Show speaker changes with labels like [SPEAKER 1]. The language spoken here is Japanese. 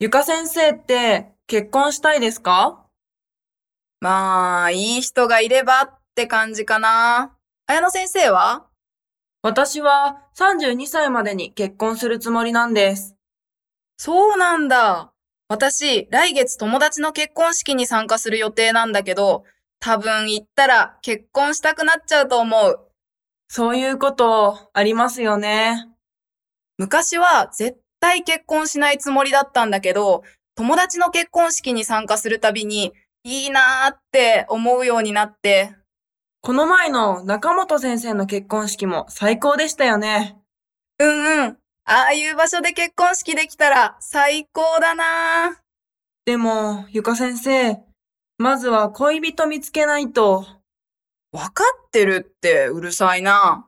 [SPEAKER 1] ゆか先生って結婚したいですか
[SPEAKER 2] まあ、いい人がいればって感じかな。綾乃先生は
[SPEAKER 1] 私は32歳までに結婚するつもりなんです。
[SPEAKER 2] そうなんだ。私、来月友達の結婚式に参加する予定なんだけど、多分行ったら結婚したくなっちゃうと思う。
[SPEAKER 1] そういうことありますよね。
[SPEAKER 2] 昔は絶対結婚しないつもりだったんだけど、友達の結婚式に参加するたびに、いいなーって思うようになって、
[SPEAKER 1] この前の中本先生の結婚式も最高でしたよね。
[SPEAKER 2] うんうん、ああいう場所で結婚式できたら最高だなー。
[SPEAKER 1] でも、ゆか先生、まずは恋人見つけないと。
[SPEAKER 2] わかってるってうるさいな。